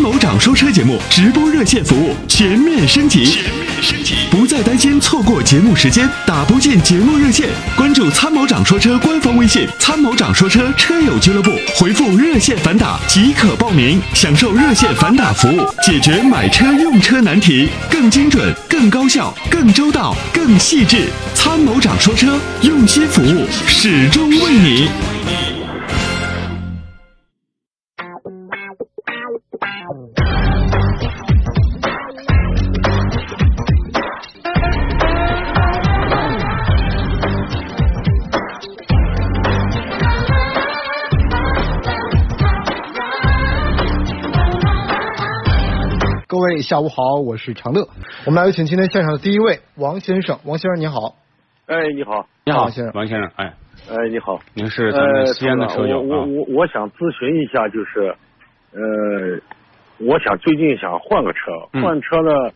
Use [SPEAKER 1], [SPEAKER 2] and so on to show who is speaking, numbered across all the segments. [SPEAKER 1] 某长说车节目直播热线服务全面升级，
[SPEAKER 2] 全面升级
[SPEAKER 1] 不再担心错过节目时间，打不进节目热线。关注参谋长说车官方微信“参谋长说车车友俱乐部”，回复“热线反打”即可报名，享受热线反打服务，解决买车用车难题，更精准、更高效、更周到、更细致。参谋长说车，用心服务，始终为你。
[SPEAKER 3] 各位下午好，我是常乐。我们来有请今天现场的第一位王先生，王先生您好。
[SPEAKER 4] 哎，你好，
[SPEAKER 5] 你好，
[SPEAKER 3] 王先生
[SPEAKER 5] 王先生，哎，
[SPEAKER 4] 哎，你好，
[SPEAKER 5] 您是咱们西安的
[SPEAKER 4] 呃
[SPEAKER 5] 车友
[SPEAKER 4] 我我
[SPEAKER 5] 啊？
[SPEAKER 4] 我我想咨询一下，就是，呃，我想最近想换个车，
[SPEAKER 5] 嗯
[SPEAKER 4] 换车呢，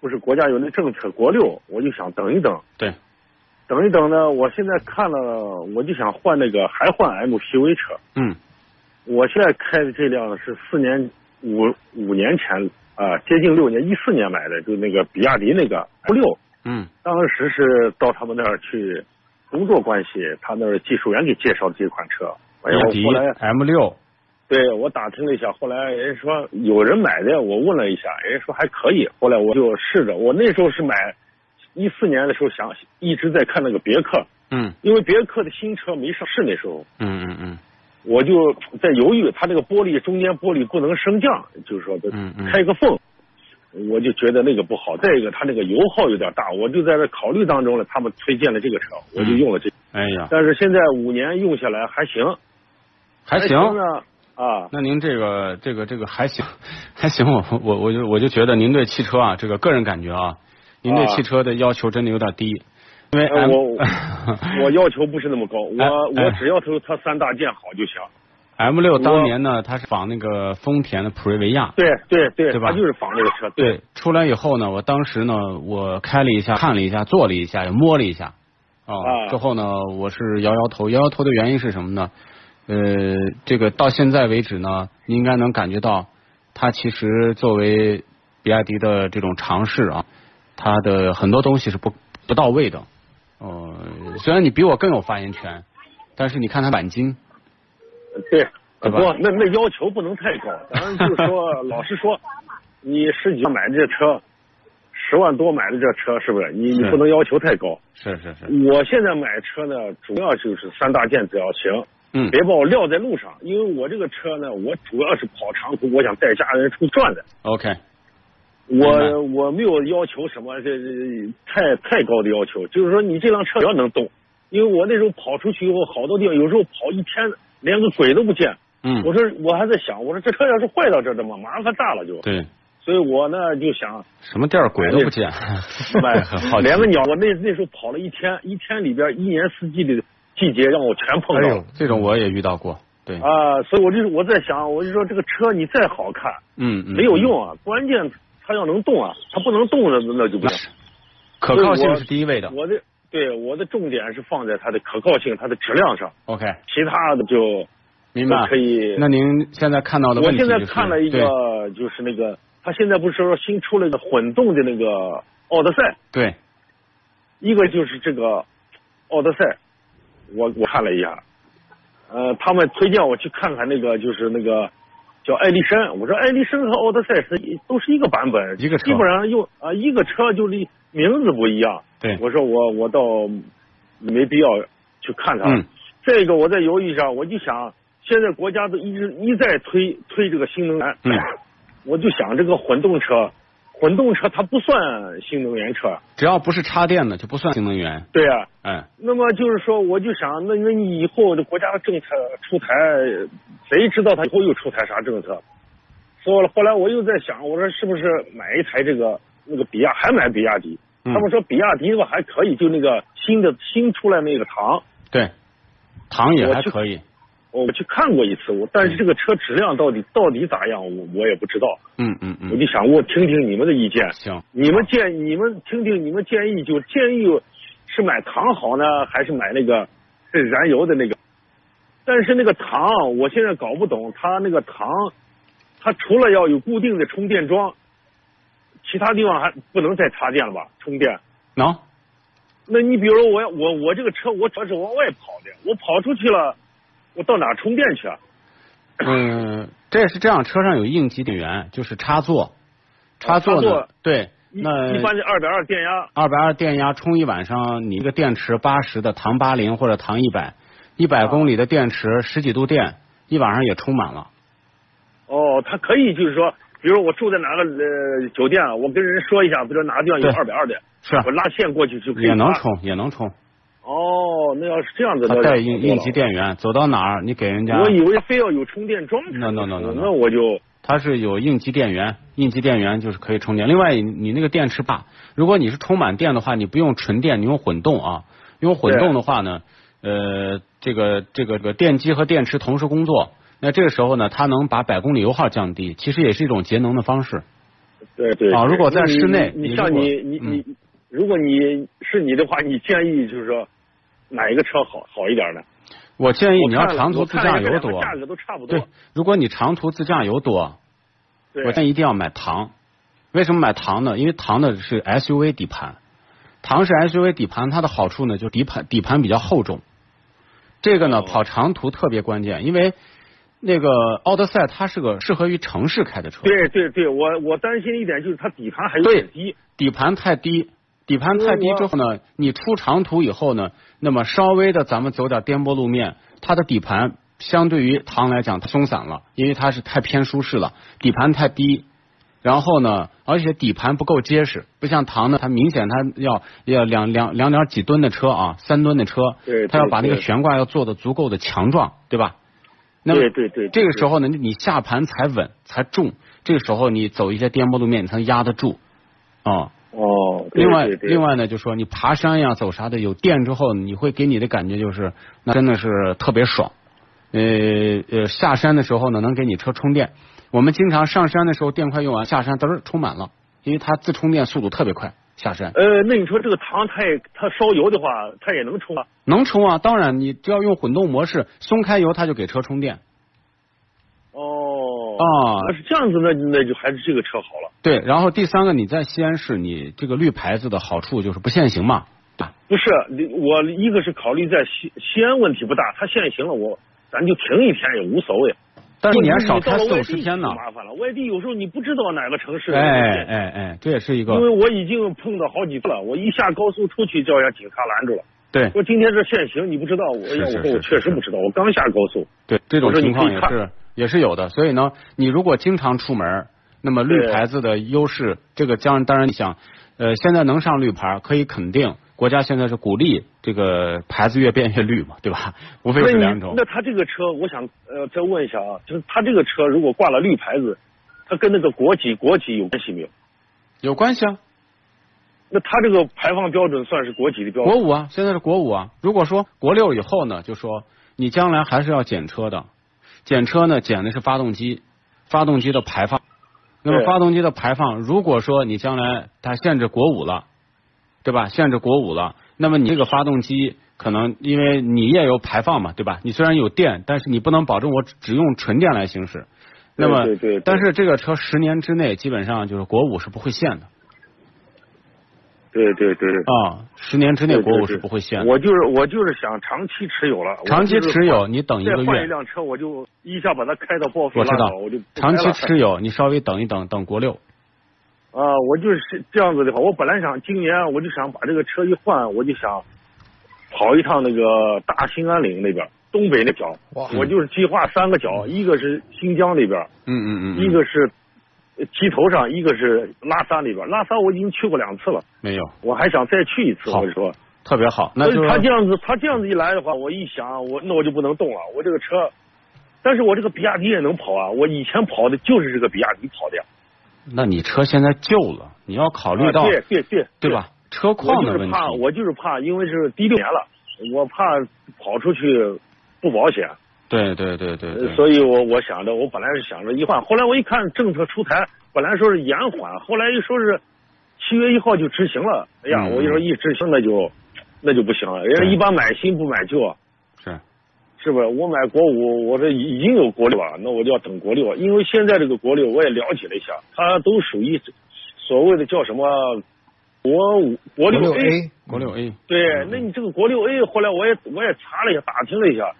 [SPEAKER 4] 不是国家有那政策国六，我就想等一等，
[SPEAKER 5] 对，
[SPEAKER 4] 等一等呢，我现在看了，我就想换那个，还换 MPV 车。
[SPEAKER 5] 嗯，
[SPEAKER 4] 我现在开的这辆是四年五五年前啊、接近六年，一四年买的，就那个比亚迪那个 Q 六，
[SPEAKER 5] 嗯，
[SPEAKER 4] 当时是到他们那儿去工作关系，他那儿技术员给介绍的这款车。哎
[SPEAKER 5] 比
[SPEAKER 4] 呀，
[SPEAKER 5] 亚
[SPEAKER 4] 我
[SPEAKER 5] 迪
[SPEAKER 4] 后来
[SPEAKER 5] M 六，
[SPEAKER 4] 对我打听了一下，后来人家说有人买的，我问了一下，人家说还可以。后来我就试着，我那时候是买一四年的时候想一直在看那个别克，
[SPEAKER 5] 嗯，
[SPEAKER 4] 因为别克的新车没上市那时候，
[SPEAKER 5] 嗯嗯嗯，
[SPEAKER 4] 我就在犹豫，它这个玻璃中间玻璃不能升降，就是说
[SPEAKER 5] 嗯嗯
[SPEAKER 4] 开个缝，我就觉得那个不好。再一个，它那个油耗有点大，我就在这考虑当中了。他们推荐了这个车，我就用了这个
[SPEAKER 5] 哎呀，
[SPEAKER 4] 但是现在五年用下来还行，
[SPEAKER 5] 还行。
[SPEAKER 4] 呢哎 啊。
[SPEAKER 5] 那您这个这个这个还行，还行，我我我就我就觉得您对汽车啊，这个个人感觉啊，您对
[SPEAKER 4] 啊
[SPEAKER 5] 汽车的要求真的有点低，因为
[SPEAKER 4] 呃
[SPEAKER 5] M
[SPEAKER 4] 我我要求不是那么高，
[SPEAKER 5] 哎
[SPEAKER 4] 我我
[SPEAKER 5] 哎
[SPEAKER 4] 只要求它三大件好就行。
[SPEAKER 5] M 六当年呢，它是仿那个丰田的普锐维亚，
[SPEAKER 4] 对对对，
[SPEAKER 5] 对吧
[SPEAKER 4] 它就是仿这个车。
[SPEAKER 5] 对，出来以后呢，我当时呢，我开了一下，看了一下，坐了一下，也摸了一下，啊、
[SPEAKER 4] 啊
[SPEAKER 5] 之后呢，我是摇摇头，摇摇头的原因是什么呢？呃，这个到现在为止呢，你应该能感觉到，它其实作为比亚迪的这种尝试啊，它的很多东西是不不到位的。呃，虽然你比我更有发言权，但是你看它钣金，
[SPEAKER 4] 对，
[SPEAKER 5] 对吧
[SPEAKER 4] 不，那那要求不能太高。咱们就是 说，老实说，你十几万买的这车，十万多买的这车，是不是？你你
[SPEAKER 5] 是
[SPEAKER 4] 不能要求太高。
[SPEAKER 5] 是是是，
[SPEAKER 4] 我现在买车呢，主要就是三大件只要行，
[SPEAKER 5] 嗯
[SPEAKER 4] 别把我撂在路上。因为我这个车呢，我主要是跑长途，我想带家人出去转的。
[SPEAKER 5] ，OK，白
[SPEAKER 4] 我我没有要求什么这这太太高的要求，就是说你这辆车只要能动，因为我那时候跑出去以后，好多地方有时候跑一天连个鬼都不见。
[SPEAKER 5] 嗯，
[SPEAKER 4] 我说我还在想，我说这车要是坏到这儿的嘛，麻烦大了就。
[SPEAKER 5] 对，
[SPEAKER 4] 所以我呢就 想
[SPEAKER 5] 什么店儿鬼都不见，
[SPEAKER 4] 买
[SPEAKER 5] 好奇
[SPEAKER 4] 连个鸟，我那那时候跑了一天，一天里边一年四季的季节让我全碰
[SPEAKER 3] 哎
[SPEAKER 4] 到
[SPEAKER 3] 呦
[SPEAKER 4] 了、
[SPEAKER 5] 这种我也遇到过，对，
[SPEAKER 4] 嗯啊，所以我就我在想，我就说这个车你再好看
[SPEAKER 5] 嗯，嗯
[SPEAKER 4] 没有，用啊，关键它要能动啊，它不能动那那就不
[SPEAKER 5] 那
[SPEAKER 4] 行。
[SPEAKER 5] 是可靠性是第一位的。
[SPEAKER 4] 我的对我的重点是放在它的可靠性、它的质量上，
[SPEAKER 5] OK，
[SPEAKER 4] 其他的就
[SPEAKER 5] 明白
[SPEAKER 4] 都。可以。
[SPEAKER 5] 那您现在看到的
[SPEAKER 4] 我
[SPEAKER 5] 问题
[SPEAKER 4] 现
[SPEAKER 5] 就是，
[SPEAKER 4] 在看了一
[SPEAKER 5] 对
[SPEAKER 4] 个，就是那个，它现在不是说新出了一个混动的那个奥德赛，
[SPEAKER 5] 对，
[SPEAKER 4] 一个就是这个奥德赛，我我看了一下，呃，他们推荐我去看看那个就是那个叫艾力绅，我说艾力绅和奥德赛是一都是一个版本，
[SPEAKER 5] 一个车
[SPEAKER 4] 基本上用啊、一个车就是名字不一样。
[SPEAKER 5] 对
[SPEAKER 4] 我说我我倒没必要去看它。
[SPEAKER 5] 嗯，
[SPEAKER 4] 这个我在犹豫一下，我就想现在国家都一直一再推推这个新能源，
[SPEAKER 5] 嗯
[SPEAKER 4] 我就想这个混动车，混动车它不算新能源车，
[SPEAKER 5] 只要不是插电的就不算新能源。
[SPEAKER 4] 对啊呀、
[SPEAKER 5] 哎，
[SPEAKER 4] 那么就是说，我就想，那那你以后的国家的政策出台，谁知道他以后又出台啥政策？说了，后来我又在想，我说是不是买一台这个那个比亚，还买比亚迪？
[SPEAKER 5] 嗯
[SPEAKER 4] 他们说比亚迪的话还可以，就那个新的新出来那个唐，
[SPEAKER 5] 对，糖也
[SPEAKER 4] 我
[SPEAKER 5] 还
[SPEAKER 4] 去
[SPEAKER 5] 可以。
[SPEAKER 4] 我去看过一次，我但是这个车质量到底到底咋样，我我也不知道。
[SPEAKER 5] 嗯嗯
[SPEAKER 4] 我
[SPEAKER 5] 嗯，
[SPEAKER 4] 就想，我听听你们的意见，
[SPEAKER 5] 行。
[SPEAKER 4] 你们建你们听听你们建议，就建议是买糖好呢，还是买那个是燃油的那个？但是那个糖，我现在搞不懂，它那个糖，它除了要有固定的充电桩，其他地方还不能再插电了吧？充电。
[SPEAKER 5] 能、
[SPEAKER 4] 那你比如说我要我我这个车我车是往外跑的，我跑出去了，我到哪儿充电去啊？
[SPEAKER 5] 嗯，这也是这样，车上有应急电源，就是插座，插座
[SPEAKER 4] 哦插
[SPEAKER 5] 呢？
[SPEAKER 4] 座
[SPEAKER 5] 对，
[SPEAKER 4] 一
[SPEAKER 5] 那
[SPEAKER 4] 一般的二点二电压，
[SPEAKER 5] 二百二电压充一晚上，你一个电池八十的唐八零或者唐一百，一
[SPEAKER 4] 啊
[SPEAKER 5] 百公里的电池十几度电，一晚上也充满了。
[SPEAKER 4] 哦，它可以就是说，比如我住在哪个呃酒店，我跟人说一下，比如说哪个地方有
[SPEAKER 5] 对
[SPEAKER 4] 二百二的，
[SPEAKER 5] 是啊
[SPEAKER 4] 我拉线过去就可以
[SPEAKER 5] 也能
[SPEAKER 4] 插。
[SPEAKER 5] 充，也能充，
[SPEAKER 4] 哦，那要是这样子
[SPEAKER 5] 它
[SPEAKER 4] 的，
[SPEAKER 5] 带应应急
[SPEAKER 4] 电。
[SPEAKER 5] 电源，走到哪儿你给人家，
[SPEAKER 4] 我以为非要有充电桩才
[SPEAKER 5] No, no, no, no, no.
[SPEAKER 4] 那我就
[SPEAKER 5] 它是有应急电源，应急电源就是可以充电。另外，你你那个电池把，如果你是充满电的话，你不用纯电，你用混动啊。用混动的话呢，呃，这个这个这个电机和电池同时工作，那这个时候呢，它能把百公里油耗降低，其实也是一种节能的方式。
[SPEAKER 4] 对对
[SPEAKER 5] 啊
[SPEAKER 4] 对
[SPEAKER 5] 如果在
[SPEAKER 4] 那你
[SPEAKER 5] 室内
[SPEAKER 4] 你
[SPEAKER 5] 你
[SPEAKER 4] 像
[SPEAKER 5] 如果嗯
[SPEAKER 4] 你你你，如果你是你的话，你建议就是说哪一个车好好一点呢？
[SPEAKER 5] 我建议
[SPEAKER 4] 我
[SPEAKER 5] 你要
[SPEAKER 4] 看了
[SPEAKER 5] 长途自驾游
[SPEAKER 4] 我看了一下这两个
[SPEAKER 5] 多，
[SPEAKER 4] 价格都差不多
[SPEAKER 5] 对。，如果你长途自驾游多，
[SPEAKER 4] 对，
[SPEAKER 5] 我建议一定要买唐。为什么买唐呢？因为唐呢是 SUV 底盘，唐是 SUV 底盘，它的好处呢就底盘底盘比较厚重。这个呢
[SPEAKER 4] 哦
[SPEAKER 5] 跑长途特别关键，因为那个奥德赛它是个适合于城市开的车，
[SPEAKER 4] 对对对，我我担心一点就是它底盘还有
[SPEAKER 5] 对
[SPEAKER 4] 点低。
[SPEAKER 5] 底盘太低，底盘太低之后呢，你出长途以后呢，那么稍微的咱们走点颠簸路面，它的底盘相对于唐来讲它松散了，因为它是太偏舒适了，底盘太低。然后呢，而且底盘不够结实，不像唐呢，它明显它要要两两两点几吨的车啊，三吨的车
[SPEAKER 4] 对，
[SPEAKER 5] 它要把那
[SPEAKER 4] 对
[SPEAKER 5] 个
[SPEAKER 4] 对
[SPEAKER 5] 悬挂要做的足够的强壮，对吧？那么
[SPEAKER 4] 对对对，
[SPEAKER 5] 这个时
[SPEAKER 4] 候
[SPEAKER 5] 候呢，你你下盘才稳才重，这个时候你走一些颠簸路面，你才能压得住啊。
[SPEAKER 4] 哦，对
[SPEAKER 5] 另外，
[SPEAKER 4] 对对
[SPEAKER 5] 另外呢，就说你爬山呀、走啥的，有电之后，你会给你的感觉就是，那真的是特别爽。呃呃，下山的时候呢，能给你车充电。我们经常上山的时候，电快用完，下山嘚儿充满了，因为它自充电速度特别快。下山
[SPEAKER 4] 呃，那你说这个唐它也它烧油的话，它也能充啊？
[SPEAKER 5] 能充啊，当然你只要用混动模式，松开油它就给车充电
[SPEAKER 4] 哦，
[SPEAKER 5] 啊。
[SPEAKER 4] 那是这样子，那那就还是这个车好了。
[SPEAKER 5] 对，然后第三个，你在西安市，你这个绿牌子的好处就是不限行嘛，对吧？
[SPEAKER 4] 不是，你我一个是考虑在西西安问题不大，它限行了我，咱就停一天也无所谓。
[SPEAKER 5] 但是你还
[SPEAKER 4] 问题
[SPEAKER 5] 少开
[SPEAKER 4] 到了
[SPEAKER 5] 四
[SPEAKER 4] 外地
[SPEAKER 5] 五十天呢
[SPEAKER 4] 就。麻烦了，外地有时候你不知道哪个城市。
[SPEAKER 5] 哎哎哎，这也是一个
[SPEAKER 4] 因为我已经碰到好几次了，我一下高速出去叫人家警察拦住了，
[SPEAKER 5] 对
[SPEAKER 4] 说今天这限行，你不知道，我
[SPEAKER 5] 是
[SPEAKER 4] 要
[SPEAKER 5] 是
[SPEAKER 4] 我说我
[SPEAKER 5] 是
[SPEAKER 4] 确实
[SPEAKER 5] 是
[SPEAKER 4] 不知道，我刚下高速。
[SPEAKER 5] 对，这
[SPEAKER 4] 我
[SPEAKER 5] 种
[SPEAKER 4] 说你
[SPEAKER 5] 情况
[SPEAKER 4] 可以
[SPEAKER 5] 也
[SPEAKER 4] 看
[SPEAKER 5] 是也是有的。所以呢，你如果经常出门，那么绿
[SPEAKER 4] 对
[SPEAKER 5] 牌子的优势，这个将当然你想，呃，现在能上绿牌，可以肯定国家现在是鼓励这个牌子越变越绿嘛，对吧？ 无非
[SPEAKER 4] 那
[SPEAKER 5] 是
[SPEAKER 4] 你
[SPEAKER 5] 两种
[SPEAKER 4] 那。他这个车，我想呃再问一下啊，就是他这个车如果挂了绿牌子，它跟那个国籍国籍有关系没有？
[SPEAKER 5] 有关系啊，
[SPEAKER 4] 那他这个排放标准算是国籍的标准
[SPEAKER 5] 国？五啊，现在是国五啊。如果说国六以后呢，就说你将来还是要检车的，检车呢检的是发动机，发动机的排放。那么
[SPEAKER 4] 对
[SPEAKER 5] 发动机的排放，如果说你将来它限制国五了，对吧？限制国五了，那么你这个发动机可能因为你也有排放嘛，对吧？你虽然有电，但是你不能保证我只只用纯电来行驶。那么，
[SPEAKER 4] 对对对对
[SPEAKER 5] 但是这个车十年之内基本上就是国五是不会限的
[SPEAKER 4] 对对对对。
[SPEAKER 5] 啊，十年之内
[SPEAKER 4] 对
[SPEAKER 5] 国五
[SPEAKER 4] 对
[SPEAKER 5] 是
[SPEAKER 4] 对
[SPEAKER 5] 不会限的。
[SPEAKER 4] 我就是我就是想长期持有了，
[SPEAKER 5] 长期
[SPEAKER 4] 我就是
[SPEAKER 5] 持有
[SPEAKER 4] 换
[SPEAKER 5] 你等一个
[SPEAKER 4] 再换
[SPEAKER 5] 月
[SPEAKER 4] 一辆车我就一下把它开到报废
[SPEAKER 5] 我知
[SPEAKER 4] 拉
[SPEAKER 5] 道
[SPEAKER 4] 倒，我就不，
[SPEAKER 5] 长
[SPEAKER 4] 开
[SPEAKER 5] 期
[SPEAKER 4] 了
[SPEAKER 5] 持有，你稍微等一等，等国六。
[SPEAKER 4] 啊、我就是这样子的话，我本来想今年我就想把这个车一换，我就想跑一趟那个大兴安岭那边，东北那角
[SPEAKER 3] 哇，
[SPEAKER 4] 我就是计划三个角，一个是新疆那边，
[SPEAKER 5] 嗯嗯
[SPEAKER 4] 一个是鸡头上，一个是拉萨那边。拉萨我已经去过两次了，
[SPEAKER 5] 没有，
[SPEAKER 4] 我还想再去一次，
[SPEAKER 5] 好
[SPEAKER 4] 我就说。
[SPEAKER 5] 特别好。那
[SPEAKER 4] 所以
[SPEAKER 5] 就
[SPEAKER 4] 他这样子，他这样子一来的话，我一想，我那我就不能动了，我这个车，但是我这个比亚迪也能跑啊，我以前跑的就是这个比亚迪跑的呀。
[SPEAKER 5] 那你车现在旧了，你要考虑到、
[SPEAKER 4] 啊对对对，
[SPEAKER 5] 对？吧？车
[SPEAKER 4] 我
[SPEAKER 5] 况
[SPEAKER 4] 就
[SPEAKER 5] 的
[SPEAKER 4] 是
[SPEAKER 5] 问题。
[SPEAKER 4] 怕，我就是怕，因为是第六年了，我怕跑出去不保险，
[SPEAKER 5] 对对对对对。
[SPEAKER 4] 所以我我想着，我本来是想着一换，后来我一看政策出台，本来说是延缓，后来一说是七月一号就执行了，哎呀，
[SPEAKER 5] 嗯
[SPEAKER 4] 我一说一执行那就那就不行了，人家
[SPEAKER 5] 对
[SPEAKER 4] 一般买新不买旧啊。
[SPEAKER 5] 是
[SPEAKER 4] 是不是？我买国五，我这已经有国六了，那我就要等国六啊。因为现在这个国六我也了解了一下，它都属于所谓的叫什么国五、国
[SPEAKER 3] 六
[SPEAKER 4] 六
[SPEAKER 3] A
[SPEAKER 4] 嗯
[SPEAKER 5] 国六哎 A，
[SPEAKER 4] 对，那你这个国六 A，后来我也我也查了一下，打听了一下，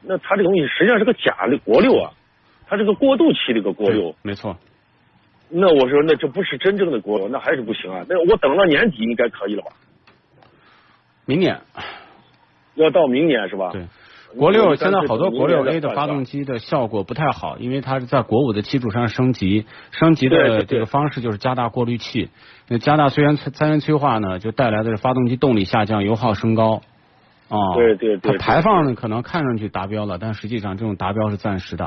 [SPEAKER 4] 那它这个东西实际上是个假的国六啊，它是个过渡期的一个国六
[SPEAKER 5] 对。没错，
[SPEAKER 4] 那我说那这不是真正的国六，那还是不行啊。那我等到年底应该可以了吧？
[SPEAKER 5] 明年
[SPEAKER 4] 要到明年是吧？
[SPEAKER 5] 对。国六现在好多国六
[SPEAKER 4] 明
[SPEAKER 5] A
[SPEAKER 4] 年再
[SPEAKER 5] 的
[SPEAKER 4] 换
[SPEAKER 5] 发
[SPEAKER 4] 吧
[SPEAKER 5] 动机的效果不太好，因为它是在国五的基础上升级，升级
[SPEAKER 4] 对对
[SPEAKER 5] 的
[SPEAKER 4] 对
[SPEAKER 5] 这个方式就是加大过滤器。那加大虽然三元催化呢，就带来的是发动机动力下降、油耗升高。啊、
[SPEAKER 4] 对对对对
[SPEAKER 5] 它排放呢可能看上去达标了，但实际上这种达标是暂时的。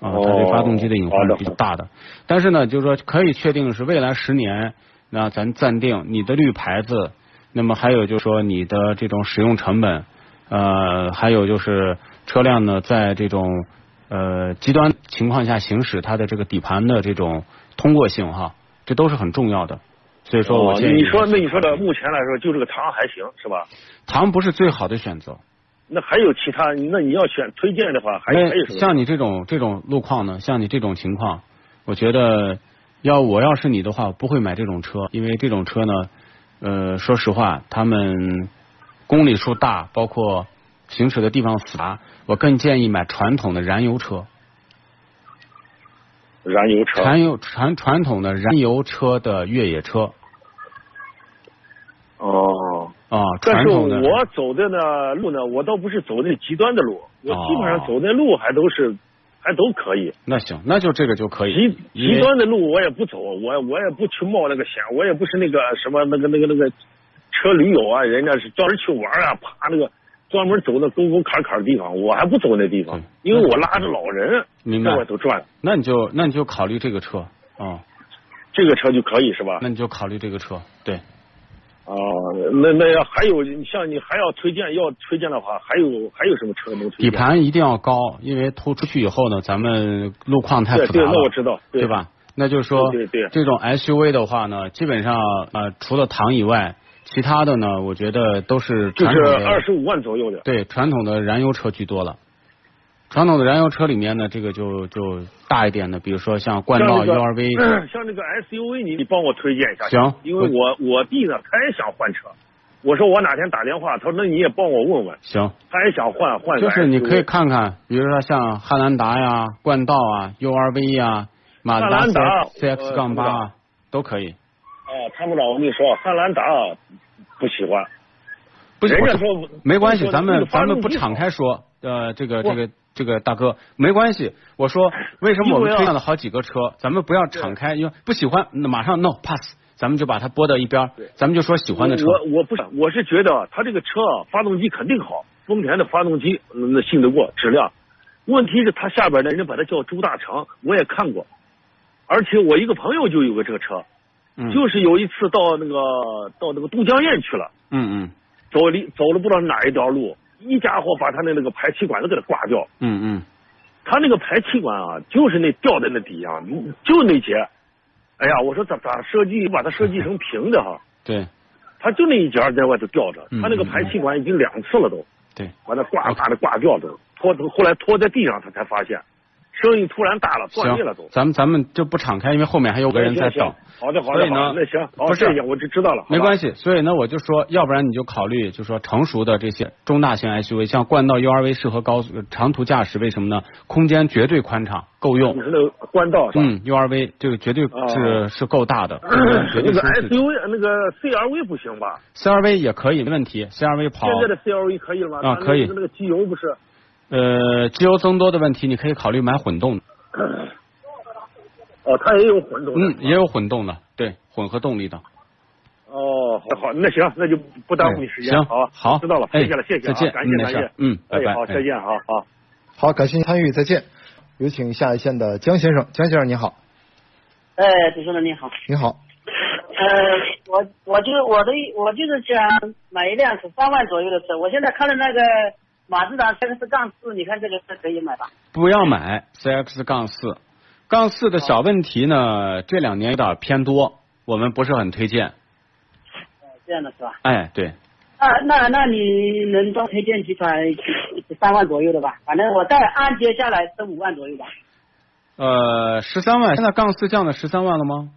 [SPEAKER 5] 啊、
[SPEAKER 4] 哦
[SPEAKER 5] 它对发动机的隐患
[SPEAKER 4] 好
[SPEAKER 5] 是
[SPEAKER 4] 的
[SPEAKER 5] 比较大的。但是呢，就是说可以确定是未来十年，那咱暂定你的绿牌子，那么还有就是说你的这种使用成本，呃，还有就是车辆呢在这种呃极端情况下行驶，它的这个底盘的这种通过性哈，这都是很重要的。所以说我
[SPEAKER 4] 哦
[SPEAKER 5] 建议、
[SPEAKER 4] 你说那你说的，目前来说就这个唐还行是吧？
[SPEAKER 5] 唐不是最好的选择。
[SPEAKER 4] 那还有其他？那你要选推荐的话，还还有
[SPEAKER 5] 那
[SPEAKER 4] 什么？
[SPEAKER 5] 像你这种这种路况呢，像你这种情况，我觉得要我要是你的话，我不会买这种车，因为这种车呢，呃，说实话，他们公里数大，包括行驶的地方复杂，我更建议买传统的燃油车，
[SPEAKER 4] 燃油车
[SPEAKER 5] 传油传传统的燃油车的越野车
[SPEAKER 4] 哦。
[SPEAKER 5] 啊，
[SPEAKER 4] 但
[SPEAKER 5] 传
[SPEAKER 4] 是
[SPEAKER 5] 统的
[SPEAKER 4] 我走的呢路呢，我倒不是走那极端的路，我
[SPEAKER 5] 哦
[SPEAKER 4] 基本上走那路还都是，还都可以。
[SPEAKER 5] 那行，那就这个就可
[SPEAKER 4] 极
[SPEAKER 5] 以，因为
[SPEAKER 4] 极端的路我也不走，我我也不去冒那个险，我也不是那个什么那个那个那个车驴友啊，人家是专门去玩啊，爬那个专门走那沟沟坎坎的地方，我还不走那地方
[SPEAKER 5] 对，
[SPEAKER 4] 因为我拉着老人
[SPEAKER 5] 嗯明白
[SPEAKER 4] 在外头转，
[SPEAKER 5] 那你就那你就考虑这个车啊，
[SPEAKER 4] 这个车就可以是吧？
[SPEAKER 5] 那你就考虑这个车，对。
[SPEAKER 4] 啊，那那要还有你像你还要推荐，要推荐的话，还有还有什么车能推
[SPEAKER 5] 底
[SPEAKER 4] 荐？
[SPEAKER 5] 盘一定要高，因为突出去以后呢，咱们路况太
[SPEAKER 4] 对
[SPEAKER 5] 复杂
[SPEAKER 4] 对，
[SPEAKER 5] 了，
[SPEAKER 4] 那我知道，
[SPEAKER 5] 对吧？那就是说，
[SPEAKER 4] 对对对
[SPEAKER 5] 这种 SUV 的话呢，基本上呃，除了唐以外，其他的呢，我觉得都是
[SPEAKER 4] 就
[SPEAKER 5] 传
[SPEAKER 4] 是
[SPEAKER 5] 统的
[SPEAKER 4] 二十五万左右的。
[SPEAKER 5] 对传统的燃油车居多了。传统的燃油车里面呢，这个就就大一点的，比如说像冠
[SPEAKER 4] 像
[SPEAKER 5] 道
[SPEAKER 4] 那个嗯
[SPEAKER 5] URV，
[SPEAKER 4] 像那个 SUV，你你帮我推荐一下，
[SPEAKER 5] 行
[SPEAKER 4] 因为我我弟呢，他也想换车，我说我哪天打电话，他说那你也帮我问问，
[SPEAKER 5] 行，
[SPEAKER 4] 他也想换换个 SUV。
[SPEAKER 5] 就是你可以看看，比如说像汉兰达呀、冠道啊、URV 呀、马自达
[SPEAKER 4] 汉兰达
[SPEAKER 5] CX 杠八
[SPEAKER 4] 呃
[SPEAKER 5] 啊，都可以。
[SPEAKER 4] 啊，参谋长，我跟你说，汉兰达啊不喜欢，
[SPEAKER 5] 不是，
[SPEAKER 4] 人
[SPEAKER 5] 我
[SPEAKER 4] 家
[SPEAKER 5] 是
[SPEAKER 4] 说
[SPEAKER 5] 没关系，
[SPEAKER 4] 说
[SPEAKER 5] 咱
[SPEAKER 4] 那
[SPEAKER 5] 们
[SPEAKER 4] 个发
[SPEAKER 5] 咱们
[SPEAKER 4] 动
[SPEAKER 5] 不
[SPEAKER 4] 机
[SPEAKER 5] 敞
[SPEAKER 4] 好
[SPEAKER 5] 开说。呃，这个这
[SPEAKER 4] 不
[SPEAKER 5] 个这个大哥没关系。我说为什么我
[SPEAKER 4] 因为
[SPEAKER 5] 们
[SPEAKER 4] 啊
[SPEAKER 5] 推荐了好几个车，咱们不要敞开，因为不喜欢那马上 no pass，咱们就把它拨到一边儿
[SPEAKER 4] 对，
[SPEAKER 5] 咱们就说喜欢的车。
[SPEAKER 4] 我我不是，我是觉得啊他这个车啊，发动机肯定好，丰田的发动机嗯那信得过，质量。问题是他下边的人把它叫猪大肠，我也看过，而且我一个朋友就有个这个车，
[SPEAKER 5] 嗯
[SPEAKER 4] 就是有一次到那个到那个都江堰去了，
[SPEAKER 5] 嗯嗯
[SPEAKER 4] 走离走了不知道哪一条路，一家伙把他的那个排气管都给他挂掉，
[SPEAKER 5] 嗯嗯，
[SPEAKER 4] 他那个排气管啊，就是那掉在那底下，就那节，哎呀，我说咋咋设计把它设计成平的哈。
[SPEAKER 5] 对
[SPEAKER 4] 他就那一节在外头吊着，
[SPEAKER 5] 嗯
[SPEAKER 4] 他那个排气管已经两次了都，
[SPEAKER 5] 对，
[SPEAKER 4] 把它挂挂的挂掉都，拖后来拖在地上，他才发现声音突然大了，断裂了都
[SPEAKER 5] 行，。咱们咱们就不敞开，因为后面还有个人在
[SPEAKER 4] 行
[SPEAKER 5] 等
[SPEAKER 4] 行。好的，好
[SPEAKER 5] 所
[SPEAKER 4] 的，
[SPEAKER 5] 以呢
[SPEAKER 4] 好的，那行，好，
[SPEAKER 5] 不是
[SPEAKER 4] 谢谢，我就知道了。
[SPEAKER 5] 没关
[SPEAKER 4] 系，
[SPEAKER 5] 系，所以呢，我就说，要不然你就考虑，就说成熟的这些中大型 SUV，像冠道 URV 适合高速呃长途驾驶，为什么呢？空间绝对宽敞，够用
[SPEAKER 4] 你。是那个官道是吧？
[SPEAKER 5] 嗯，URV 这个绝对
[SPEAKER 4] 嗯哦
[SPEAKER 5] 是是够大 的，嗯绝
[SPEAKER 4] 那
[SPEAKER 5] 对
[SPEAKER 4] 个
[SPEAKER 5] 舒适。
[SPEAKER 4] SUV 那个 CRV 不行吧？
[SPEAKER 5] CRV 也可以，没问题。CRV 跑
[SPEAKER 4] 现在的 CRV 可以了吗？
[SPEAKER 5] 啊
[SPEAKER 4] 它那个
[SPEAKER 5] 可以
[SPEAKER 4] 那个机油不是？
[SPEAKER 5] 呃机油增多的问题，你可以考虑买混动的。
[SPEAKER 4] 哦，它也有混动的。
[SPEAKER 5] 嗯，也有混动的，对，混合动力的。
[SPEAKER 4] 哦，好，好，那行，那就不耽误你时间。
[SPEAKER 5] 行
[SPEAKER 4] 好，
[SPEAKER 5] 好
[SPEAKER 4] 知道了，
[SPEAKER 5] 哎
[SPEAKER 4] 谢谢了，谢谢啊，
[SPEAKER 5] 再见
[SPEAKER 4] 感
[SPEAKER 5] 嗯
[SPEAKER 4] 谢，
[SPEAKER 5] 没
[SPEAKER 4] 感
[SPEAKER 5] 事
[SPEAKER 4] 谢，
[SPEAKER 5] 嗯拜拜
[SPEAKER 4] 哎，好，
[SPEAKER 5] 哎
[SPEAKER 4] 再见，好好。
[SPEAKER 3] 好，感谢您参与，再见。有请下一线的江先生，江先生您好，
[SPEAKER 2] 哎，主持人你好，
[SPEAKER 3] 您好，
[SPEAKER 2] 呃，我我就我的我就是想买一辆三万左右的车，我现在看的那个马自达 CX 杠四，你看这个车可以买吧？
[SPEAKER 5] 不要买 CX 杠四，杠四的小问题呢，这两年有点偏多，我们不是很推荐。
[SPEAKER 2] 呃，这样的是吧？
[SPEAKER 5] 哎，对，
[SPEAKER 2] 那那那你能多推荐几款三万左右的吧？反正我再按揭下来是五万左右吧。
[SPEAKER 5] 呃，十三万，现在杠四降到十三万了吗？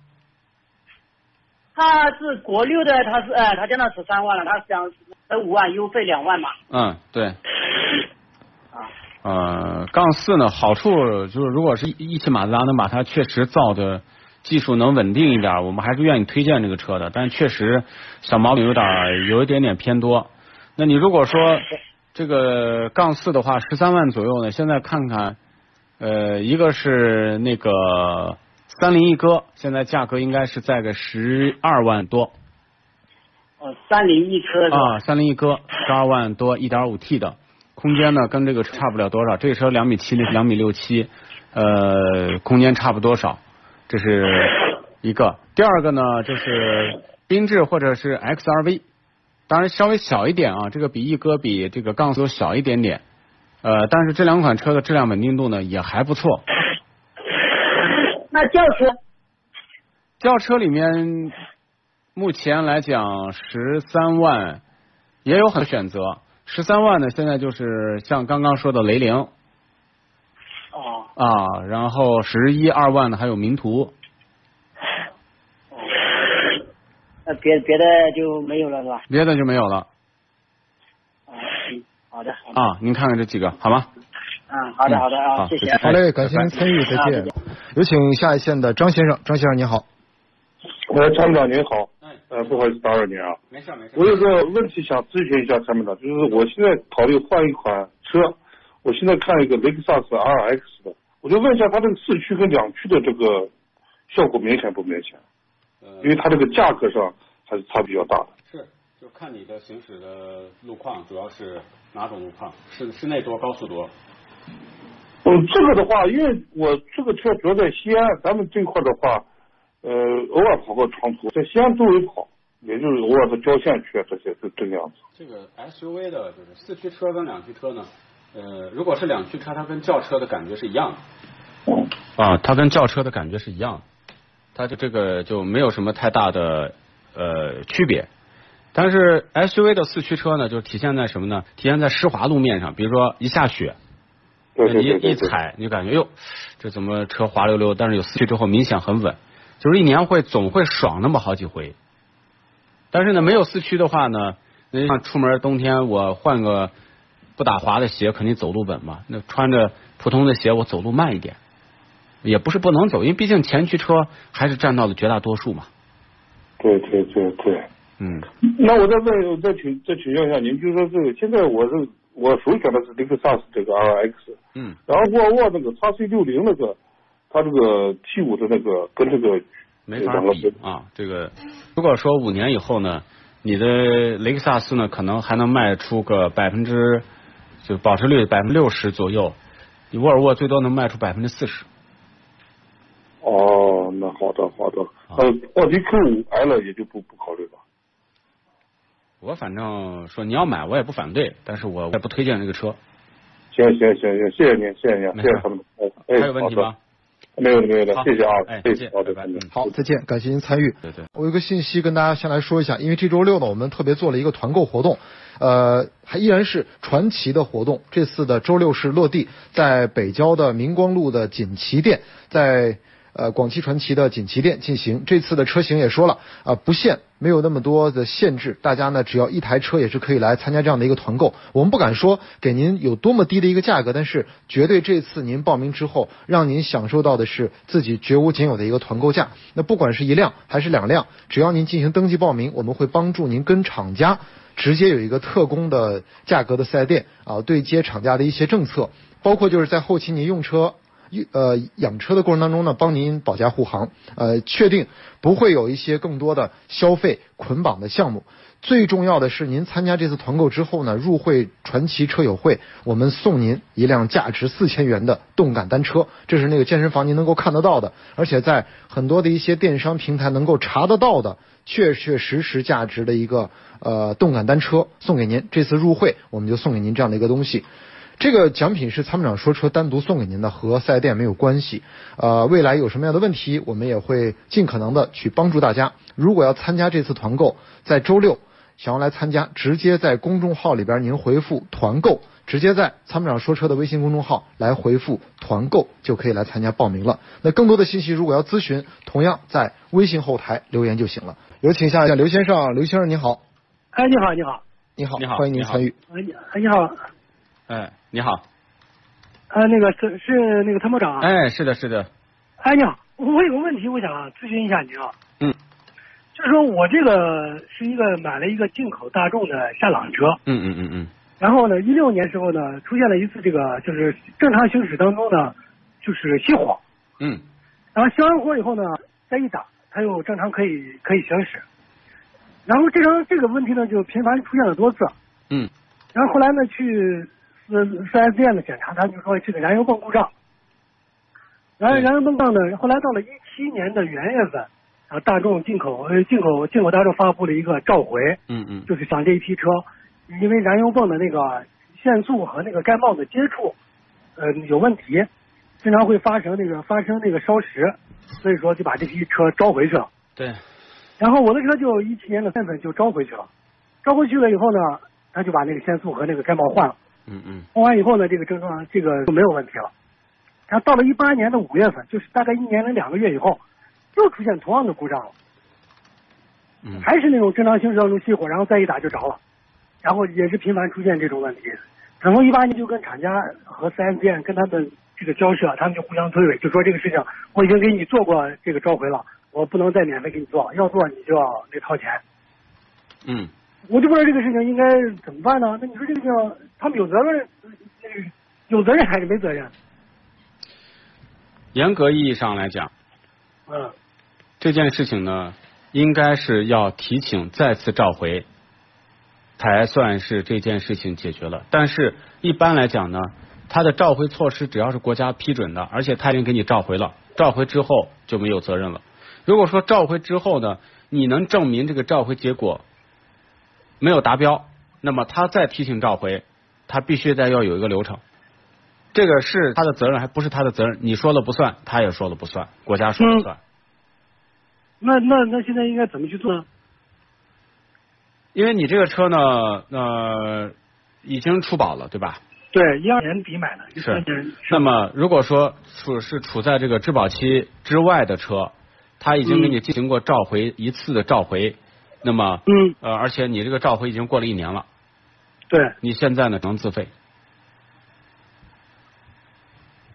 [SPEAKER 2] 他是国六的，他是呃，他降到十三万了，他想十五万优惠两万嘛。
[SPEAKER 5] 嗯，对。
[SPEAKER 2] 啊，
[SPEAKER 5] 呃，杠四呢，好处就是如果是一一汽马自达能把它确实造的技术能稳定一点，我们还是愿意推荐这个车的。但确实小毛病有点儿有一点点偏多。那你如果说这个杠四的话，十三万左右呢，现在看看，呃，一个是那个三菱一哥，现在价格应该是在个十二万多
[SPEAKER 2] 哦，三零一车是吧？
[SPEAKER 5] 啊，三菱一哥十二万多，一点五 T 的，空间呢跟这个差不了多少，这个车两米七，那是两米六七，呃，空间差不多少，这是一个。第二个呢，就是缤智或者是 XRV，当然稍微小一点啊，这个比一哥比这个杠子都小一点点，呃，但是这两款车的质量稳定度呢也还不错。
[SPEAKER 2] 那轿车
[SPEAKER 5] 轿车里面，目前来讲十三万也有很多选择。十三万呢，现在就是像刚刚说的雷凌
[SPEAKER 2] 哦
[SPEAKER 5] 啊，然后十一二万呢还有名图，
[SPEAKER 2] 哦，那别别的就没有了是吧？
[SPEAKER 5] 别的就没有了
[SPEAKER 2] 啊，行，好的，好的，
[SPEAKER 5] 啊。您看看这几个好吗？
[SPEAKER 2] 嗯，好的，好的
[SPEAKER 5] 好
[SPEAKER 2] 啊，谢谢啊。
[SPEAKER 5] 再
[SPEAKER 3] 好
[SPEAKER 5] 见
[SPEAKER 3] 嘞，感谢您
[SPEAKER 5] 哎拜哎拜
[SPEAKER 3] 参与，再
[SPEAKER 2] 啊再
[SPEAKER 3] 见。有请下一线的张先生，张先生您好。
[SPEAKER 6] 呃，参谋长您好，
[SPEAKER 5] 哎，
[SPEAKER 6] 呃，不好意思打扰您啊，
[SPEAKER 5] 没事没
[SPEAKER 6] 我有个问题想咨询一下参谋长，就是我现在考虑换一款车，我现在看一个雷克萨斯 RX 的，我就问一下它这个四驱跟两驱的这个效果明显不明显？因为它这个价格上还是差比较大的。
[SPEAKER 5] 是，就看你的行驶的路况，主要是哪种路况，室室内多，高速多。
[SPEAKER 6] 嗯，这个的话，因为我这个车主要在西安，咱们这块的话，呃，偶尔跑个长途，在西安周围跑，也就是偶尔到郊县去啊，这些是这个样子。
[SPEAKER 5] 这个 SUV 的就是四驱车跟两驱车呢，呃，如果是两驱车，它跟轿车的感觉是一样的。啊，它跟轿车的感觉是一样的，它就这个就没有什么太大的呃区别。但是 SUV 的四驱车呢，就体现在什么呢？体现在湿滑路面上，比如说一下雪，
[SPEAKER 6] 对对
[SPEAKER 5] 你
[SPEAKER 6] 对对
[SPEAKER 5] 一
[SPEAKER 6] 对。
[SPEAKER 5] 踩你就感觉哟，这怎么车滑溜溜？但是有四驱之后明显很稳，就是一年会总会爽那么好几回。但是呢，没有四驱的话呢，那像出门冬天我换个不打滑的鞋，肯定走路稳嘛。那穿着普通的鞋，我走路慢一点，也不是不能走，因为毕竟前驱车还是占到了绝大多数嘛。
[SPEAKER 6] 对对对对。
[SPEAKER 5] 嗯，
[SPEAKER 6] 那我再问，我再请再请教一下您，就说这个现在我是我首选的是雷克萨斯这个 RX，
[SPEAKER 5] 嗯，
[SPEAKER 6] 然后沃尔沃那个 x C 六零那个，它这个 T 五的那个跟这个
[SPEAKER 5] 没法
[SPEAKER 6] 两个
[SPEAKER 5] 比啊。这个如果说五年以后呢，你的雷克萨斯呢，可能还能卖出个百分之，就保值率百分之六十左右，你沃尔沃最多能卖出百分之四十。
[SPEAKER 6] 哦，那好的好的，
[SPEAKER 5] 啊
[SPEAKER 6] 呃，奥迪 Q 五 L 也就不不考虑了。
[SPEAKER 5] 我反正说你要买，我也不反对，但是我我也不推荐这个车。
[SPEAKER 6] 行行行行，谢谢您，谢谢您，
[SPEAKER 5] 没
[SPEAKER 6] 谢
[SPEAKER 5] 事
[SPEAKER 6] 谢他们。哎，
[SPEAKER 5] 还有问题
[SPEAKER 6] 好
[SPEAKER 5] 吗
[SPEAKER 6] 的？？没有的没有的
[SPEAKER 5] 好，
[SPEAKER 6] 谢谢啊
[SPEAKER 5] 哎，
[SPEAKER 6] 谢
[SPEAKER 5] 再
[SPEAKER 6] 谢，
[SPEAKER 5] 见
[SPEAKER 6] 好的，
[SPEAKER 5] 拜拜
[SPEAKER 6] 再见
[SPEAKER 5] 嗯
[SPEAKER 3] 好，再见，感谢您参与。
[SPEAKER 5] 对对。
[SPEAKER 3] 我有一个信息跟大家先来说一下，因为这周六呢，我们特别做了一个团购活动，呃，还依然是传奇的活动。这次的周六是落地在北郊的明光路的锦旗店，在呃广汽传祺的锦旗店进行。这次的车型也说了啊、不限，没有那么多的限制，大家呢只要一台车也是可以来参加这样的一个团购。我们不敢说给您有多么低的一个价格，但是绝对这次您报名之后，让您享受到的是自己绝无仅有的一个团购价。那不管是一辆还是两辆，只要您进行登记报名，我们会帮助您跟厂家直接有一个特供的价格的四 S 店啊，对接厂家的一些政策，包括就是在后期您用车。用呃养车的过程当中呢，帮您保驾护航，呃，确定不会有一些更多的消费捆绑的项目。最重要的是，您参加这次团购之后呢，入会传奇车友会，我们送您一辆价值四千元的动感单车，这是那个健身房您能够看得到的，而且在很多的一些电商平台能够查得到的，确确实实价值的一个呃动感单车送给您。这次入会我们就送给您这样的一个东西。这个奖品是参谋长说车单独送给您的，和四 S 店没有关系。呃，未来有什么样的问题，我们也会尽可能的去帮助大家。如果要参加这次团购，在周六想要来参加，直接在公众号里边您回复“团购”，直接在参谋长说车的微信公众号来回复“团购”就可以来参加报名了。那更多的信息如果要咨询，同样在微信后台留言就行了。有请一下刘先生，刘先生您好，
[SPEAKER 2] 哎，你好，你好，
[SPEAKER 3] 你好，
[SPEAKER 5] 你好
[SPEAKER 3] 欢迎您
[SPEAKER 5] 你好
[SPEAKER 3] 参与。
[SPEAKER 2] 哎，你哎你好，
[SPEAKER 5] 哎，你好，
[SPEAKER 2] 呃，那个是是那个参谋长啊，
[SPEAKER 5] 哎，是的，是的，
[SPEAKER 2] 哎，你好，我有个问题，我想咨询一下您啊。
[SPEAKER 5] 嗯。
[SPEAKER 2] 就是说我这个是一个买了一个进口大众的夏朗车，
[SPEAKER 5] 嗯嗯嗯嗯，
[SPEAKER 2] 然后呢，一六年时候呢，出现了一次这个就是正常行驶当中呢，就是熄火，
[SPEAKER 5] 嗯
[SPEAKER 2] 然后熄完火以后呢，再一打，它又正常可以可以行驶，然后这张这个问题呢就频繁出现了多次，
[SPEAKER 5] 嗯
[SPEAKER 2] 然后后来呢去四四 S 店呢检查，他就说这个燃油泵故障。然后
[SPEAKER 5] 嗯
[SPEAKER 2] 燃油泵故障呢，后来到了一七年的元月份，然后大众进口呃进口进口大众发布了一个召回，
[SPEAKER 5] 嗯嗯，
[SPEAKER 2] 就是想这一批车，因为燃油泵的那个限速和那个盖帽的接触，呃有问题，经常会发生那个发生那个烧蚀，所以说就把这批车召回去了。
[SPEAKER 5] 对，
[SPEAKER 2] 然后我的车就一七年的三月份就召回去了，召回去了以后呢，他就把那个限速和那个盖帽换了，
[SPEAKER 5] 嗯嗯
[SPEAKER 2] 换完以后呢，这个症状这个就没有问题了。然后到了一八年的五月份，就是大概一年零两个月以后，又出现同样的故障了，
[SPEAKER 5] 嗯
[SPEAKER 2] 还是那种正常行驶当中熄火，然后再一打就着了，然后也是频繁出现这种问题。等从一八年就跟厂家和四 S 店跟他们这个交涉，他们就互相推诿，就说这个事情我已经给你做过这个召回了，我不能再免费给你做了，要做你就要得掏钱。
[SPEAKER 5] 嗯，
[SPEAKER 2] 我就不知道这个事情应该怎么办呢？那你说这个地方他们有责任，那个有责任还是没责任？
[SPEAKER 5] 严格意义上来讲，
[SPEAKER 2] 嗯
[SPEAKER 5] 这件事情呢，应该是要提请再次召回，才算是这件事情解决了。但是一般来讲呢，它的召回措施只要是国家批准的，而且他已经给你召回了，召回之后就没有责任了。如果说召回之后呢，你能证明这个召回结果没有达标，那么他再提请召回，他必须再要有一个流程。这个是他的责任，还不是他的责任？你说了不算，他也说了不算，国家说了算。
[SPEAKER 2] 那那那现在应该怎么去做呢？
[SPEAKER 5] 因为你这个车呢，呃，已经出保了，对吧？
[SPEAKER 2] 对，一二年底买的，一
[SPEAKER 5] 是
[SPEAKER 2] 三年
[SPEAKER 5] 那么如果说处是处在这个质保期之外的车，它已经给你进行过召回一次的召回，那么
[SPEAKER 2] 嗯，
[SPEAKER 5] 呃，而且你这个召回已经过了一年了，
[SPEAKER 2] 对。
[SPEAKER 5] 你现在呢只能自费。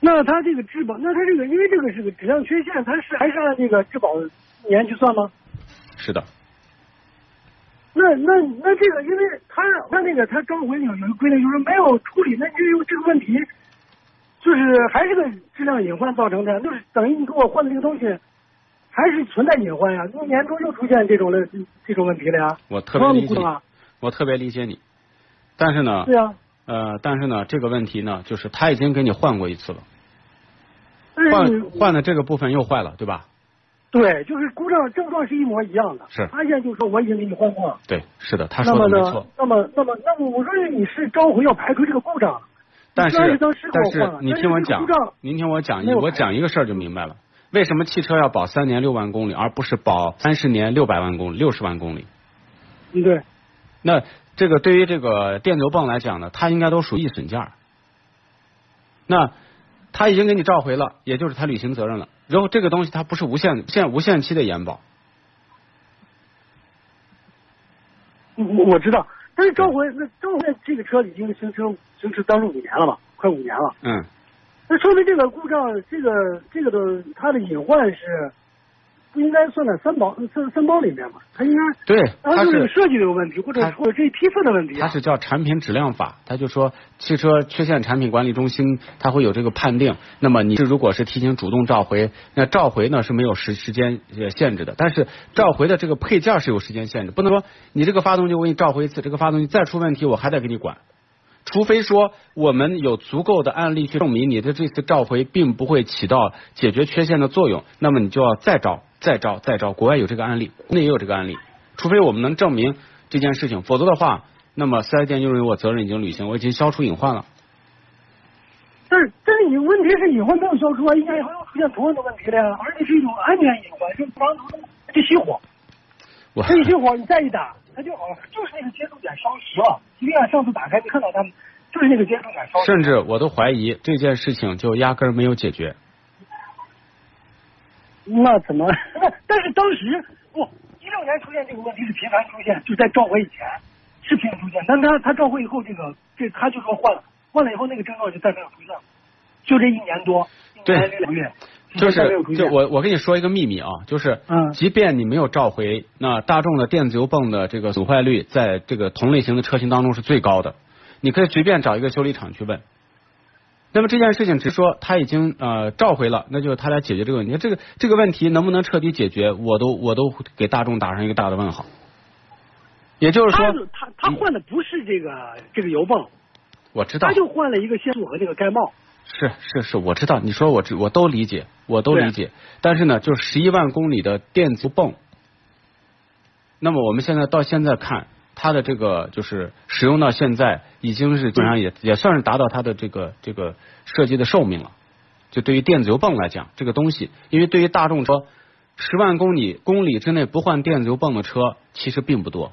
[SPEAKER 2] 那他这个质保，那他这个因为这个是个质量缺陷，他是还是按这个质保年去算吗？
[SPEAKER 5] 是的，
[SPEAKER 2] 那那那这个，因为他他那个他召回有有一个规定，就是没有处理，那就有这个问题，就是还是个质量隐患造成的，就是等于你给我换的这个东西，还是存在隐患呀。一年中又出现这种的这种问题了呀。
[SPEAKER 5] 我特别理解
[SPEAKER 2] 同样的故
[SPEAKER 5] 你
[SPEAKER 2] 障啊，
[SPEAKER 5] 我特别理解你，但是呢
[SPEAKER 2] 对，呀、啊，
[SPEAKER 5] 呃，但是呢，这个问题呢，就是他已经给你换过一次了，
[SPEAKER 2] 但是
[SPEAKER 5] 换换的这个部分又坏了，对吧？
[SPEAKER 2] 对，就是故障症状是一模一样的。
[SPEAKER 5] 是
[SPEAKER 2] 他现在就说我已经给你换过了。
[SPEAKER 5] 对，是的，他
[SPEAKER 2] 那
[SPEAKER 5] 说
[SPEAKER 2] 么
[SPEAKER 5] 的
[SPEAKER 2] 呢
[SPEAKER 5] 没错。？
[SPEAKER 2] 那么那么那么，我说你是召回要排除这个故障，
[SPEAKER 5] 但是
[SPEAKER 2] 虽然当时给我
[SPEAKER 5] 但
[SPEAKER 2] 换
[SPEAKER 5] 是
[SPEAKER 2] 了
[SPEAKER 5] 你
[SPEAKER 2] 但是
[SPEAKER 5] 听我
[SPEAKER 2] 这个
[SPEAKER 5] 讲
[SPEAKER 2] 故障，
[SPEAKER 5] 您听我讲一，
[SPEAKER 2] 没有
[SPEAKER 5] 我
[SPEAKER 2] 排
[SPEAKER 5] 讲一个事儿就明白了。为什么汽车要保三年六万公里，而不是保三十年六百万公里、六十万公里？
[SPEAKER 2] 嗯对，
[SPEAKER 5] 那这个对于这个电流泵来讲呢，它应该都属于易损件儿。那它已经给你召回了，也就是它履行责任了。然后这个东西它不是无限限无限期的延保，
[SPEAKER 2] 我我知道。但是召
[SPEAKER 5] 嗯
[SPEAKER 2] 回那召回这个车已经行车行驶当中五年了吧，快五年了。
[SPEAKER 5] 嗯，
[SPEAKER 2] 那说明这个故障，这个这个的它的隐患是不应该算在三包三三包里面嘛？它应该
[SPEAKER 5] 对，
[SPEAKER 2] 它
[SPEAKER 5] 它
[SPEAKER 2] 就是
[SPEAKER 5] 是
[SPEAKER 2] 设计的有问题，或者
[SPEAKER 5] 它
[SPEAKER 2] 或者这一批次的问题啊。
[SPEAKER 5] 它是叫产品质量法，它就说汽车缺陷产品管理中心它会有这个判定。那么你是如果是提前主动召回，那召回呢是没有时时间呃限制的，但是召回的这个配件是有时间限制，不能说你这个发动机我给你召回一次，这个发动机再出问题我还得给你管。除非说我们有足够的案例去证明你的这次召回并不会起到解决缺陷的作用，那么你就要再招、再招、再招。国外有这个案例，国内也有这个案例。除非我们能证明这件事情，否则的话，那么四 S 店就认为我责任已经履行，我已经消除隐患了。
[SPEAKER 2] 但是但是你问题是隐患没有消除啊，一年以后又出现同样的问题了呀，而且是一种安全隐患，就是防止这熄火。
[SPEAKER 5] 我
[SPEAKER 2] 这一句话你再一打，它就好了，就是那个接触点消失了。即便上次打开没看到他们，就是那个接触点消失。
[SPEAKER 5] 甚至我都怀疑这件事情就压根儿没有解决。
[SPEAKER 2] 那怎 么？哦但是当时不，一六年出现这个问题是频繁出现，就在召回以前是频繁出现，但他他召回以后，这个这他就说换了，换了以后那个症状就再没有出现了，就这一年多，一
[SPEAKER 5] 对
[SPEAKER 2] 年六个月，
[SPEAKER 5] 嗯就
[SPEAKER 2] 再没有
[SPEAKER 5] 是
[SPEAKER 2] 出，现
[SPEAKER 5] 就我我跟你说一个秘密啊，就是，
[SPEAKER 2] 嗯
[SPEAKER 5] 即便你没有召回，那大众的电子油泵的这个损坏率，在这个同类型的车型当中是最高的。你可以随便找一个修理厂去问。那么这件事情，只是说他已经呃召回了，那就是他来解决这个问题。这个这个问题能不能彻底解决，我都我都给大众打上一个大的问号。也就是
[SPEAKER 2] 他
[SPEAKER 5] 说，
[SPEAKER 2] 他他换的不是这个这个油泵，
[SPEAKER 5] 我知道
[SPEAKER 2] 他就换了一个线束和这个盖帽。
[SPEAKER 5] 是是是，我知道，你说我知我都理解，我都理解。但是呢，就是十一万公里的电子泵，那么我们现在到现在看，它的这个就是使用到现在，已经是基本上也也算是达到它的这个这个设计的寿命了。就对于电子油泵来讲，这个东西，因为对于大众说，十万公里公里之内不换电子油泵的车其实并不多。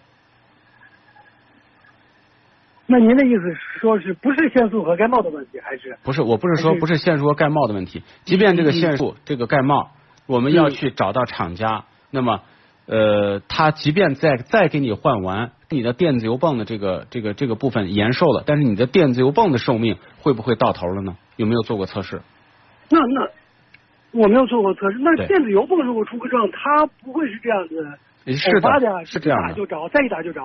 [SPEAKER 2] 那您的意思是说是不是限速和盖帽的问题，还是
[SPEAKER 5] 不是，我不是说
[SPEAKER 2] 还是嗯
[SPEAKER 5] 不是限速和盖帽的问题，即便这个限速、这个盖帽，我们要去找到厂家，那么呃，他即便再再给你换完，你的电子油泵的这个这个这个部分延寿了，但是你的电子油泵的寿命会不会到头了呢？有没有做过测试？
[SPEAKER 2] 那那我没有做过测试。那
[SPEAKER 5] 对
[SPEAKER 2] 电子油泵如果出个症，它不会是这样子
[SPEAKER 5] 诶是
[SPEAKER 2] 偶发的呀，啊
[SPEAKER 5] 的，是这样
[SPEAKER 2] 一打就
[SPEAKER 5] 的，
[SPEAKER 2] 着，再一打就着，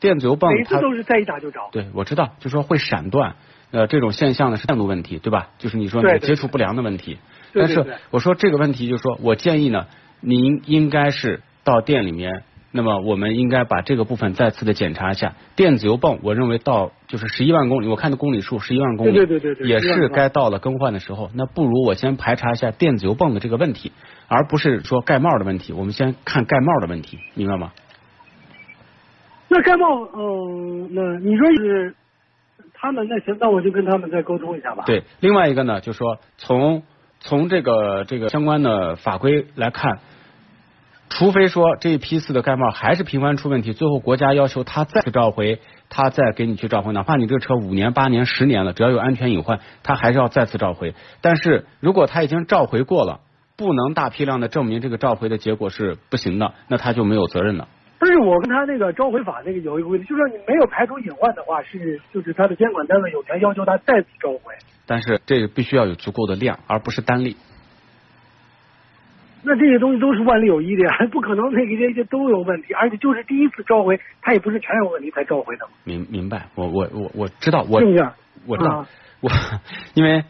[SPEAKER 5] 电子油泵
[SPEAKER 2] 每一
[SPEAKER 5] 它
[SPEAKER 2] 次都是再一打就着。
[SPEAKER 5] 对，我知道，就说会闪断，呃，这种现象呢是态度问题，对吧？就是你说
[SPEAKER 2] 对
[SPEAKER 5] 你
[SPEAKER 2] 对
[SPEAKER 5] 接触不良的问题。
[SPEAKER 2] 对对
[SPEAKER 5] 但
[SPEAKER 2] 对
[SPEAKER 5] 是我说这个问题，就是说我建议呢，您应该是到店里面，那么我们应该把这个部分再次的检查一下。电子油泵，我认为到就是十一万公里，我看的公里数十一万公里，
[SPEAKER 2] 对对对对对
[SPEAKER 5] 也
[SPEAKER 2] 11万
[SPEAKER 5] 是
[SPEAKER 2] 公里
[SPEAKER 5] 该到了更换的时候。那不如我先排查一下电子油泵的这个问题，而不是说盖帽的问题。我们先看盖帽的问题，明白吗？
[SPEAKER 2] 那盖帽，嗯，那你说是他们那行，那我就跟他们再沟通一下吧。，
[SPEAKER 5] 对，另外一个呢，就是说从从这个这个相关的法规来看，除非说这一批次的盖帽还是频繁出问题，最后国家要求他再去召回，他再给你去召回，哪怕你这个车五年、八年、十年了，只要有安全隐患，他还是要再次召回。但是如果他已经召回过了，不能大批量的证明这个召回的结果是不行的，那他就没有责任了。
[SPEAKER 2] 但是我跟他那个召回法那个有一个问题，就是说你没有排除隐患的话，是就是他的监管单位有权要求他再次召回。
[SPEAKER 5] 但是这个必须要有足够的量，而不是单例。
[SPEAKER 2] 那这些东西都是万里有一的呀， 不可能那个这些都有问题，而且就是第一次召回，它也不是全有问题才召回的嘛，
[SPEAKER 5] 明明白，我我我我知道，我
[SPEAKER 2] 是不是？
[SPEAKER 5] 我知道，
[SPEAKER 2] 啊
[SPEAKER 5] 我 因为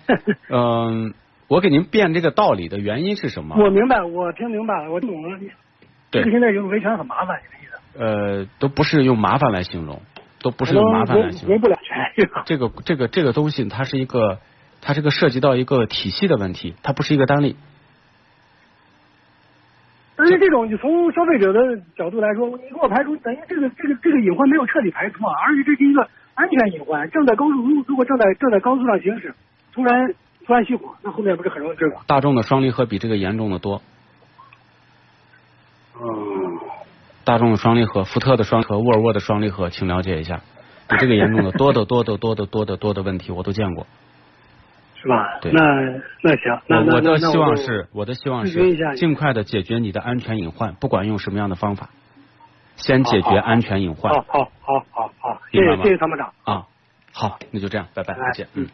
[SPEAKER 5] 嗯、我给您辩这个道理的原因是什么？
[SPEAKER 2] 我明白，我听明白了，我听懂了。这个
[SPEAKER 5] 啊对，
[SPEAKER 2] 现在用维权很麻烦，你的意思？
[SPEAKER 5] 呃，都不是用麻烦来形容，都不是用麻烦来形
[SPEAKER 2] 维
[SPEAKER 5] 容。
[SPEAKER 2] 维不了权是吧？
[SPEAKER 5] 这个这个这个东西，它是一个，它这个涉及到一个体系的问题，它不是一个单例。
[SPEAKER 2] 但是这种你从消费者的角度来说，你给我排除，等于这个这个这个隐患没有彻底排除啊，而且这是一个安全隐患，正在高速如如果正在正在高速上行驶，突然突然熄火，那后面不是很容易追吗？
[SPEAKER 5] 大众的双离合比这个严重的多。
[SPEAKER 2] 嗯，
[SPEAKER 5] 大众的双离合、福特的双离合、沃尔沃的双离合，请了解一下，比这个严重的多得多得多得多得多的问题我都见过。
[SPEAKER 2] 是吧？
[SPEAKER 5] 对
[SPEAKER 2] 那那行，那
[SPEAKER 5] 我
[SPEAKER 2] 那
[SPEAKER 5] 我
[SPEAKER 2] 那
[SPEAKER 5] 的
[SPEAKER 2] 那
[SPEAKER 5] 希
[SPEAKER 2] 我
[SPEAKER 5] 望，
[SPEAKER 2] 就是
[SPEAKER 5] 我的希望
[SPEAKER 2] 咨询一下
[SPEAKER 5] 是
[SPEAKER 2] 你
[SPEAKER 5] 尽快的解决你的安全隐患，不管用什么样的方法，先解决安全隐患
[SPEAKER 2] 哦好好好好好，谢
[SPEAKER 5] 明白
[SPEAKER 2] 谢
[SPEAKER 5] 吗
[SPEAKER 2] 谢谢参谋长。
[SPEAKER 5] 啊。好，那就这样，拜拜，再见，嗯。